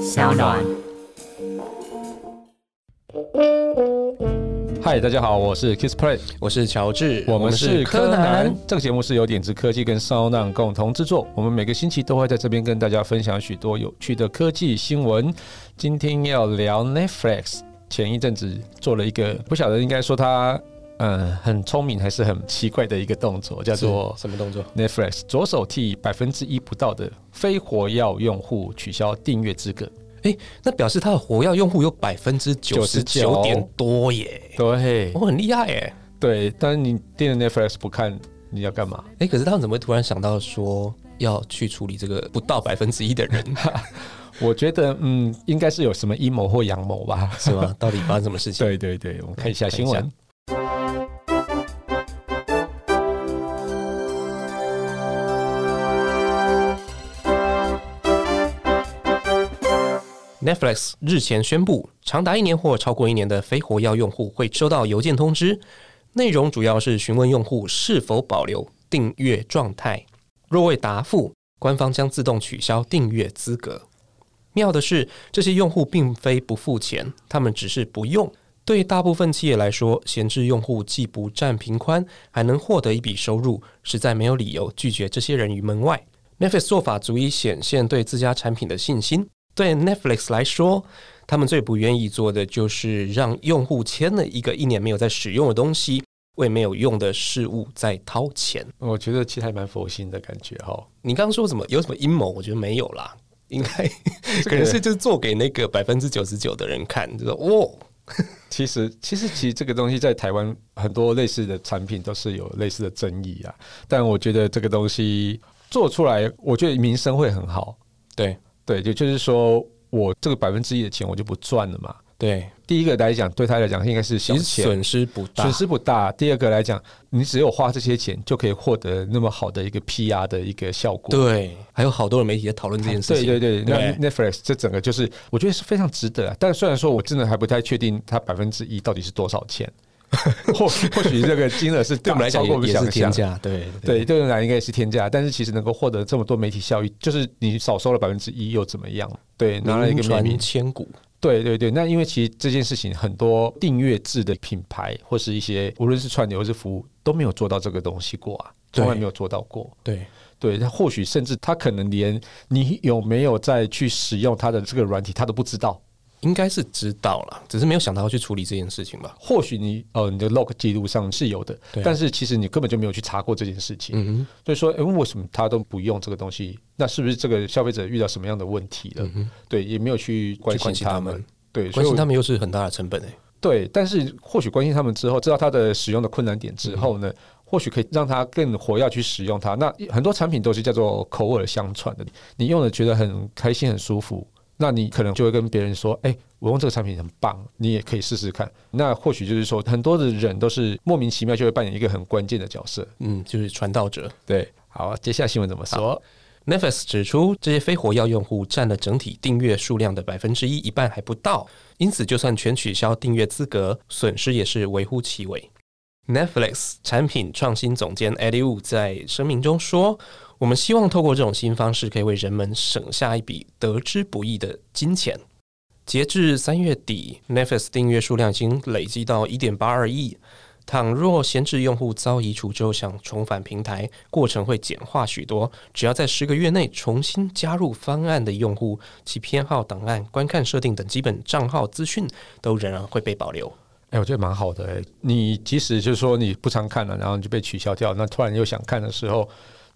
小暖。嗨，大家好，我是 Kiss Play，我是乔治，我们是柯南。。这个节目是由点子科技跟 Sound 共同制作，我们每个星期都会在这边跟大家分享许多有趣的科技新闻。今天要聊 Netflix，前一阵子做了一个不晓得应该说它嗯很聪明还是很奇怪的一个动作，叫做做什么动作？ Netflix 左手替百分之一不到的非活药用户取消订阅资格。哎，那表示它的活跃用户有百分之九十九99点多耶，对我、很厉害耶。对，但是你订了 Netflix 不看，你要干嘛？哎，可是他们怎么会突然想到说要去处理这个不到百分之一的 人，我觉得嗯，应该是有什么阴谋或阳谋吧。是吗？到底发生什么事情？对对对，我们看一下新闻。 Netflix 日前宣布，长达一年或超过一年的非活跃用户会收到邮件通知，内容主要是询问用户是否保留订阅状态。若未答复，官方将自动取消订阅资格。妙的是，这些用户并非不付钱，他们只是不用。对大部分企业来说，闲置用户既不占平宽，还能获得一笔收入，实在没有理由拒绝这些人于门外。Netflix 做法足以显现对自家产品的信心。对 Netflix 来说，他们最不愿意做的就是让用户签了一个一年没有在使用的东西，为没有用的事物在掏钱。我觉得其实还蛮佛心的感觉哈。你刚刚说什么？有什么阴谋？我觉得没有啦， 应该可能是就是做给那个百分之九十九的人看，就说哦，其实，其实，其实这个东西在台湾很多类似的产品都是有类似的争议啊。但我觉得这个东西做出来，我觉得名声会很好。对对，就就是说我这个百分之一的钱我就不赚了嘛。对，第一个来讲，对他来讲应该是小其实钱，损失不大，损失不大。第二个来讲，你只有花这些钱就可以获得那么好的一个 PR 的一个效果。对，还有好多的媒体在讨论这件事情，对对对，对那 Netflix 这整个就是，我觉得是非常值得啊。但虽然说我真的还不太确定它百分之一到底是多少 钱，或或许这个金额是对我们来讲超过我们也也想是天象。价，对对，对我们来讲应该也是天价，但是其实能够获得这么多媒体效益，就是你少收了百分之一又怎么样？对，拿了一名个名传名，千古，对对对。那因为其实这件事情，很多订阅制的品牌或是一些无论是串流或是服务都没有做到这个东西过啊，从来对没有做到过。对对他，或许甚至他可能连你有没有在去使用他的这个软体，他都不知道。应该是知道了，只是没有想到要去处理这件事情吧。或许你呃你的 log 记录上是有的对，啊但是其实你根本就没有去查过这件事情。嗯所以说，诶为什么他都不用这个东西？那是不是这个消费者遇到什么样的问题了？对，也没有去关嗯去关心心他他们。们对，哼，所关以心我他们又是很大的成本诶、欸对，但是或许关心他们之后，知道他的使用的困难点之后呢，或许可以让他更活跃去使用它。那很多产品都是叫做口耳相传的，你用了觉得很开心、很舒服，那你可能就会跟别人说：“哎、我用这个产品很棒，你也可以试试看。”那或许就是说，很多的人都是莫名其妙就会扮演一个很关键的角色。嗯，就是传道者。对，好，接下来新闻怎么说？ Netflix 指出，这些非活跃用户占了整体订阅数量的百分之一，一半还不到。因此，就算全取消订阅资格，损失也是微乎其微。Netflix 产品创新总监 Eddie Wu 在声明中说：“我们希望透过这种新方式，可以为人们省下一笔得之不易的金钱。”截至三月底，Netflix 订阅数量已经累积到一点八二亿。倘若闲置用户遭移除之后想重返平台，过程会简化许多，只要在十个月内重新加入方案的用户，其偏好、档案、观看设定等基本账号资讯都仍然会被保留。哎、我觉得蛮好的、哎，你即使就是说你不常看了，然后你就被取消掉，那突然又想看的时候，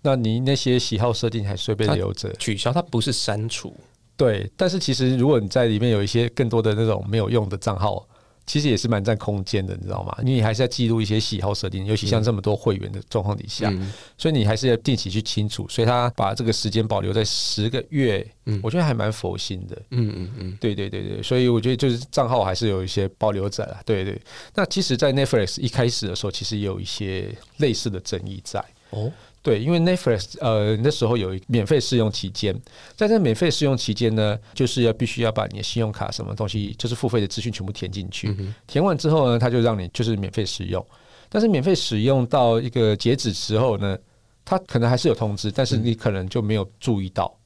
那你那些喜好设定还是会被它留着。取消它不是删除，对，但是其实如果你在里面有一些更多的那种没有用的账号，其实也是蛮占空间的，你知道吗？因为你还是要记录一些喜好设定，尤其像这么多会员的状况底下，嗯所以你还是要定期去清除。所以他把这个时间保留在十个月，我觉得还蛮佛心的。嗯嗯嗯，对对对对，所以我觉得就是账号还是有一些保留在啦。对对，那其实，在 Netflix 一开始的时候，其实也有一些类似的争议在。哦，对，因为 Netflix 呃那时候有一免费试用期间，在这免费试用期间呢，就是要必须要把你的信用卡什么东西，就是付费的资讯全部填进去。填完之后呢，它就让你就是免费使用。但是免费使用到一个截止之后呢，它可能还是有通知，但是你可能就没有注意到，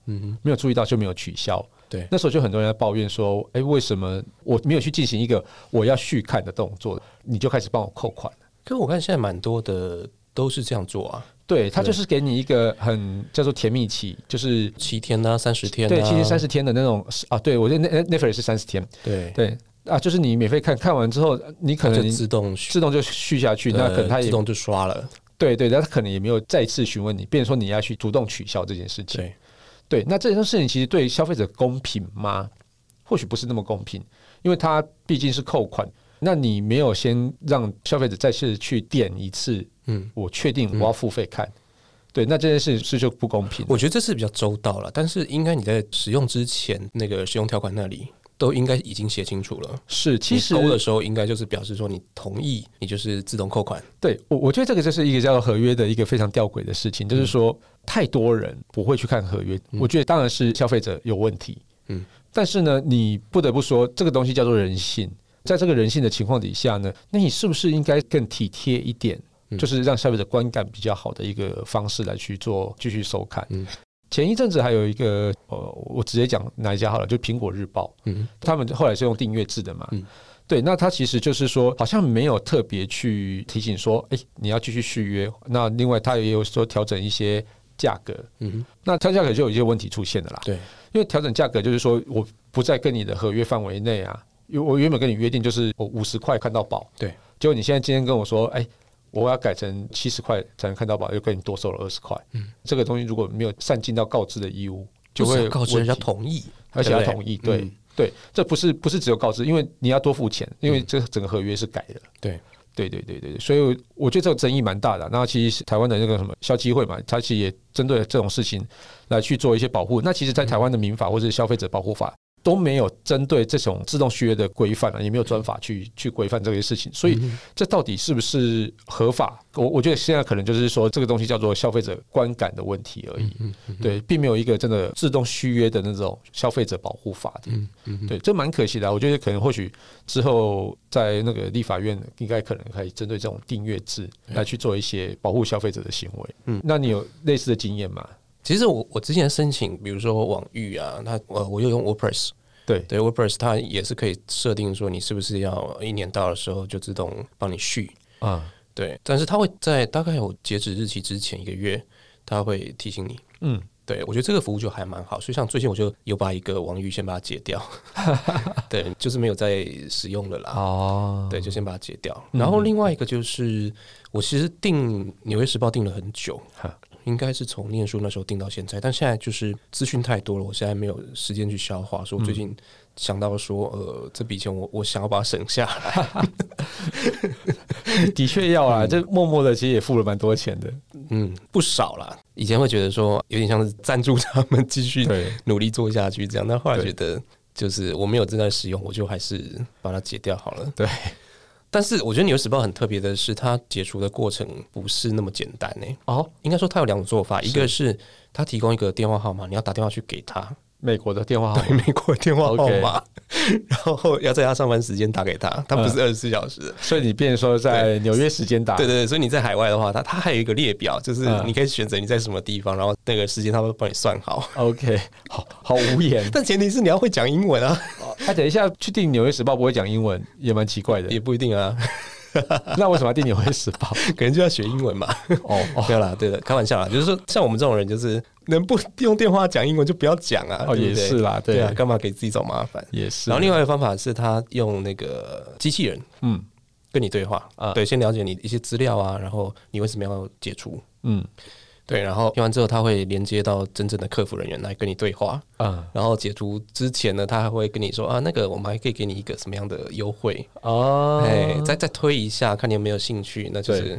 没有注意到就没有取消。对那时候就很多人在抱怨说，哎、为什么我没有去进行一个我要续看的动作，你就开始帮我扣款？可我看现在蛮多的都是这样做啊，对，他就是给你一个很叫做甜蜜期，就是七天啊，三十天、啊，对七天三十，十天的那种啊，对我觉得那那 Netflix 是三十天，对，对啊，就是你免费看看完之后，你可它就能自动续自动就续下去，那呃可能他自也动就刷了，对对，但他可能也没有再次询问你，变成说你要去主动取消这件事情。对，对，那这件事情其实对消费者公平吗？或许不是那么公平，因为它毕竟是扣款。那你没有先让消费者再次去点一次，嗯，我确定我要付费看，对，那这件事是就不公平。我觉得这是比较周到了，但是应该你在使用之前那个使用条款那里都应该已经写清楚了。是，其实你勾的时候应该就是表示说你同意，你就是自动扣款。对我，我觉得这个就是一个叫做合约的一个非常吊诡的事嗯情，就是说太多人不会去看合约，我觉得当然是消费者有问题，嗯嗯，但是呢，你不得不说这个东西叫做人性，在这个人性的情况底下呢，那你是不是应该更体贴一点嗯？就是让消费者观感比较好的一个方式来去做继续收看。嗯前一阵子还有一个，呃，我直接讲哪一家好了，就苹果日报，嗯，他们后来是用订阅制的嘛。嗯对，那他其实就是说，好像没有特别去提醒说，哎、你要继续续约。那另外，他也有说调整一些价格，嗯，那调整价格就有一些问题出现了啦。对，因为调整价格就是说我不在跟你的合约范围内啊，因为我原本跟你约定就是我五十块看到饱，对，结果你现在今天跟我说，哎、我要改成七十块才能看到饱，又跟你多收了二十块。嗯，这个东西如果没有善尽到告知的义务，就就是会要告知问人家题同意，而且要对不对同意，对嗯对，这不是不是只有告知，因为你要多付钱，因为这整个合约是改的。对，对对对对对，所以我我觉得这个争议蛮大的。啊那其实台湾的那个什么消基会嘛，它其实也针对这种事情来去做一些保护。那其嗯实，在台湾的民法或是消费者保护法都没有针对这种自动续约的规范啊，也没有专法嗯去去规范这些事情。所以，这到底是不是合法？我我觉得现在可能就是说，这个东西叫做消费者观感的问题而已。对，并没有一个真的自动续约的那种消费者保护法的。对，这蛮可惜的啊、我觉得可能或许之后在那个立法院应该可能可以针对这种订阅制来去做一些保护消费者的行为。嗯，那你有类似的经验吗？其实我我之前申请，比如说网域啊，那呃我又用 WordPress，对对 WordPress 它也是可以设定说你是不是要一年到的时候就自动帮你续，啊，对，但是它会在大概有截止日期之前一个月，它会提醒你。嗯，对我觉得这个服务就还蛮好，所以像最近我就有把一个网域先把它解掉， 对，就是没有再使用了啦。哦，对，就先把它解掉。嗯然后另外一个就是，我其实订《纽约时报》订了很久哈，应该是从念书那时候订到现在，但现在就是资讯太多了，我现在没有时间去消化，所以我嗯最近想到说，呃，这笔钱我我想要把它省下来。 的确要 啊，这默默的其实也付了蛮多钱的。嗯，不少啦。以前会觉得说有点像是赞助他们继续对努力做下去这样，但后来对觉得就是我没有正在使用，我就还是把它解掉好了。对，但是我觉得《纽约时报》很特别的是，它解除的过程不是那么简单呢、哦，应该说，它有两种做法，一个是它提供一个电话号码，你要打电话去给他，美国的电话号对， 美国的电话号 OK 码， 嗯然后要在他上班时间打给他，他不是二十四小时的。所以你变成说在纽约时间打，对对对，所以你在海外的话，它它还有一个列表，就是嗯你可以选择你在什么地方，然后那个时间它会帮你算好。 ，OK，好好无言。 但前提是你要会讲英文啊， 哎、等一下去订《纽约时报》不会讲英文，也蛮奇怪的。也不一定啊， 那为什么要订《纽约时报》？ 可能就要学英文嘛。哦哦，对啦，对的，开玩笑啦，就是说像我们这种人，就是能不用电话讲英文就不要讲啊。对哦不也对是啦对对啊，干嘛给自己找麻烦？也是。然后另外一个方法是他用那个机器人嗯跟你对话啊对，先了解你一些资料啊，然后你为什么要解除？ 嗯对，然后听完之后，他会连接到真正的客服人员来跟你对话。啊然后解除之前呢，他还会跟你说啊，那个我们还可以给你一个什么样的优惠，哦哎、再再推一下，看你有没有兴趣，那就是对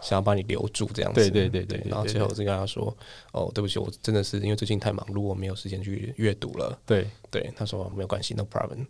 想要把你留住这样子。对对对对对然后对最后我就跟他说，哦，对不起，我真的是因为最近太忙碌，我没有时间去阅读了。对对，他说没有关系，no problem。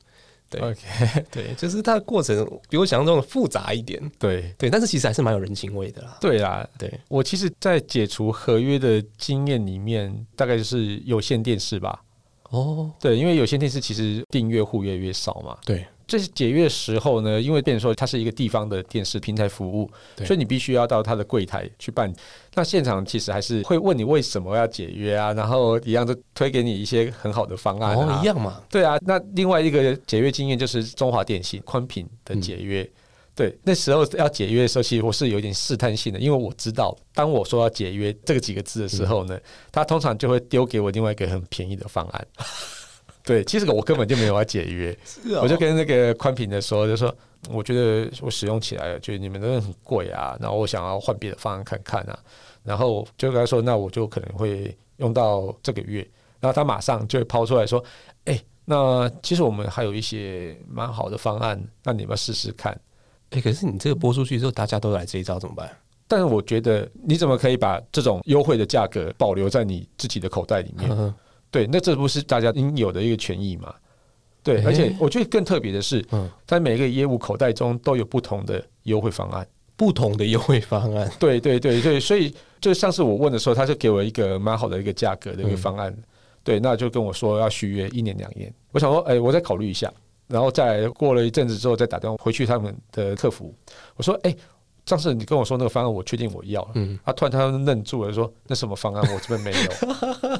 对 OK 对，就是它的过程比我想象中的复杂一点。对对，但是其实还是蛮有人情味的啦。对啦。对，我其实，在解除合约的经验里面，大概就是有线电视吧。哦，对，因为有线电视其实订阅户越来越少嘛，对，这是解约时候呢，因为变成说它是一个地方的电视平台服务，对所以你必须要到它的柜台去办。那现场其实还是会问你为什么要解约啊，然后一样就推给你一些很好的方案、啊，哦，一样嘛，对啊，那另外一个解约经验就是中华电信宽频的解约。对，那时候要解约的时候，其实我是有点试探性的，因为我知道，当我说要解约这个几个字的时候呢，他通常就会丢给我另外一个很便宜的方案。 对，其实我根本就没有要解约，哦我就跟那个宽频的说，就说我觉得我使用起来，觉得你们真的很贵啊，然后我想要换别的方案看看啊，然后就跟他说，那我就可能会用到这个月，然后他马上就会抛出来说，哎、那其实我们还有一些蛮好的方案，那你们试试看。哎、可是你这个播出去之后，大家都来这一招怎么办？但是我觉得，你怎么可以把这种优惠的价格保留在你自己的口袋里面？嗯对，那这不是大家应有的一个权益嘛？对，诶而且我觉得更特别的是，嗯，在每个业务口袋中都有不同的优惠方案。不同的优惠方案，对对对对，所以就上次我问的时候，他就给我一个蛮好的一个价格嗯的一个方案，对，那就跟我说要续约一年两年。我想说，哎、我再考虑一下，然后再过了一阵子之后再打电话回去他们的客服，我说，哎、上次你跟我说那个方案，我确定我要了。嗯啊！突然他们愣住了，说：“那什么方案？我这边没有。”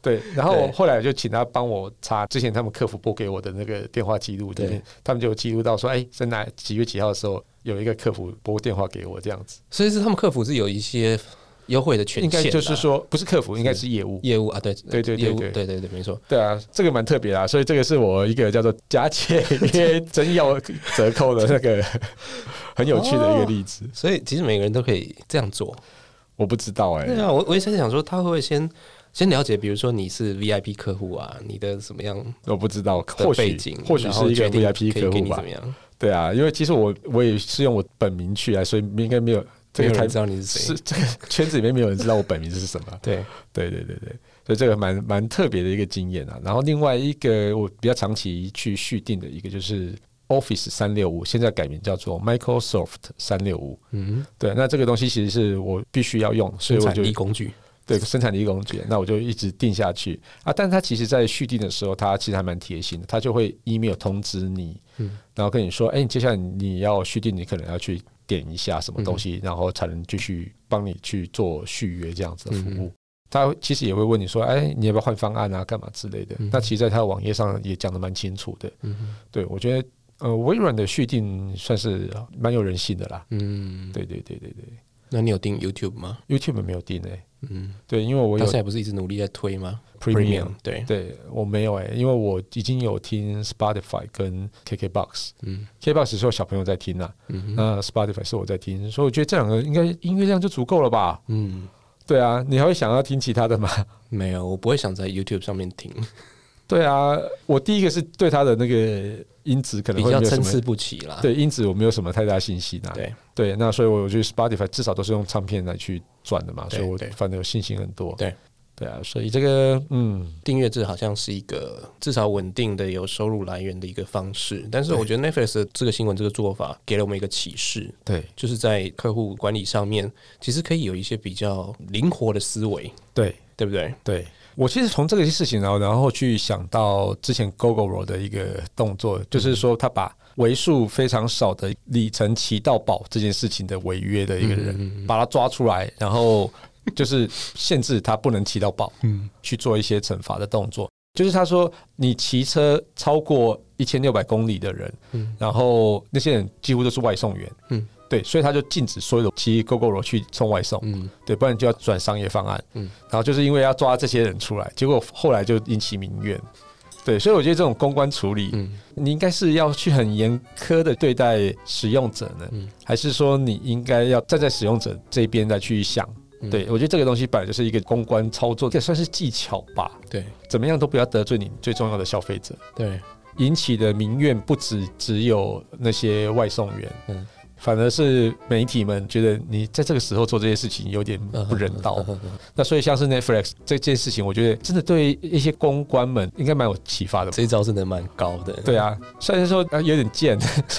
对，然后对后来就请他帮我查之前他们客服拨给我的那个电话记录里面对，他们就有记录到说：“哎，在哪几月几号的时候有一个客服拨电话给我这样子。”所以是他们客服是有一些优惠的权限应啦，该就是说不是客服，应该是业务。业务啊，对对对对业务对对对对，没错。对啊，这个蛮特别啊，所以这个是我一个叫做 假解约真要折扣的那个很有趣哦的一个例子。所以其实每个人都可以这样做。我不知道哎、对啊，我我也在想说，他会不会先先了解，比如说你是 VIP 客户啊，你的怎么样我不知道，的或背许景，或许然是后一决个定 VIP 可以客给户你吧怎么。样？对啊，因为其实我我也是用我本名去啊，所以应该没有这没有个台人知道你是谁是。这个圈子里面没有人知道我本名是什么。 对， 对对对对，所以这个蛮蛮特别的一个经验啊。然后另外一个我比较长期去续订的一个就是 Office 三六五，现在改名叫做 Microsoft 三六五。嗯，对，那这个东西其实是我必须要用，所以生我产就力工具。对生产力工具，那我就一直定下去啊。但是它其实，在续订的时候，它其实还蛮贴心的，它就会 email 通知你，嗯然后跟你说，哎、你接下来你要续订，你可能要去点一下什么东嗯西，然后才能继续帮你去做续约这样子的服嗯务。它其实也会问你说，哎，你要不要换方案啊，干嘛之类的。嗯那其实，在它的网页上也讲的蛮清楚的。嗯对我觉得，呃，微软的续订算是蛮有人性的啦。嗯，对对对对对那你有订 YouTube 吗？ ，YouTube 没有订诶、欸嗯，对，因为我他有现在不是一直努力在推吗 Premium，对，对我没有哎、因为我已经有听 Spotify 跟 KKBox，KKBox 嗯是我小朋友在听啦、啊嗯哼那 Spotify 是我在听，所以我觉得这两个应该音乐量就足够了吧？嗯，对啊，你还会想要听其他的吗？ 没有，我不会想在 YouTube 上面听，对啊，我第一个是对它的那个音质可能比会没较有什参差么。不齐啦。对音质我没有什么太大信心啊，对对，那所以我觉得 Spotify 至少都是用唱片来去赚的嘛，对所以我对反正有信心很多。对对啊，所以这个嗯，订阅制好像是一个至少稳定的有收入来源的一个方式，但是我觉得 Netflix 的这个新闻这个做法给了我们一个启示，对就是在客户管理上面，其实可以有一些比较灵活的思维，对，对不对？对我其实从这个事情，然后然后去想到之前 Google 的一个动作，就是说他把为数非常少的里程骑到宝这件事情的违约的一个嗯人，把他抓出来，然后就是限制他不能骑到宝，嗯去做一些惩罚的动作。就是他说，你骑车超过一千六百公里的人，嗯然后那些人几乎都是外送员，嗯对，所以他就禁止所有的骑 GoGo 去送外送，嗯，对，不然就要转商业方案。嗯嗯，然后就是因为要抓这些人出来，结果后来就引起民怨。对，所以我觉得这种公关处理，嗯你应该是要去很严苛的对待使用者呢，嗯还是说你应该要站在使用者这边来去想？嗯对我觉得这个东西本来就是一个公关操作，这算是技巧吧。对怎么样都不要得罪你最重要的消费者，对，引起的民怨不只只有那些外送员，嗯反而是媒体们觉得你在这个时候做这些事情有点不人道。嗯嗯嗯那所以像是 Netflix 这件事情，我觉得真的对一些公关们应该蛮有启发的吧。这一招真的蛮高的，对啊，虽然说呃有点贱，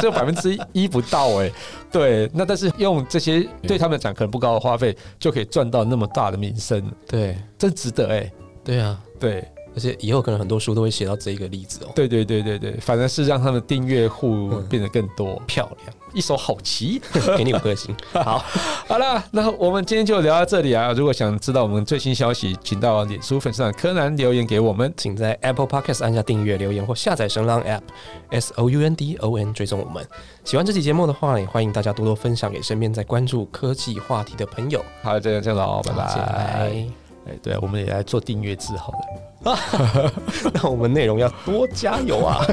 只有百分之一不到哎、对，那但是用这些对他们来讲可能不高的花费，就可以赚到那么大的名声，对真值得哎、对啊，对，而且以后可能很多书都会写到这一个例子哦。对对对对对，反而是让他们订阅户嗯变得更多。漂一手好棋。 亮，给你五颗 星。好，好了，那我们今天就聊到这里啊！如果想知道我们最新消息，请到脸书粉丝团柯南留言给我们。请在 Apple Podcast 按下订阅、留言或下载声浪 App S O U N D O N 追踪我们。喜欢这期节目的话，也欢迎大家多多分享给身边在关注科技话题的朋友。好，这样这样喽，拜好谢谢 拜。拜。哎，对啊，我们也来做订阅制好了。那我们内容要多加油啊！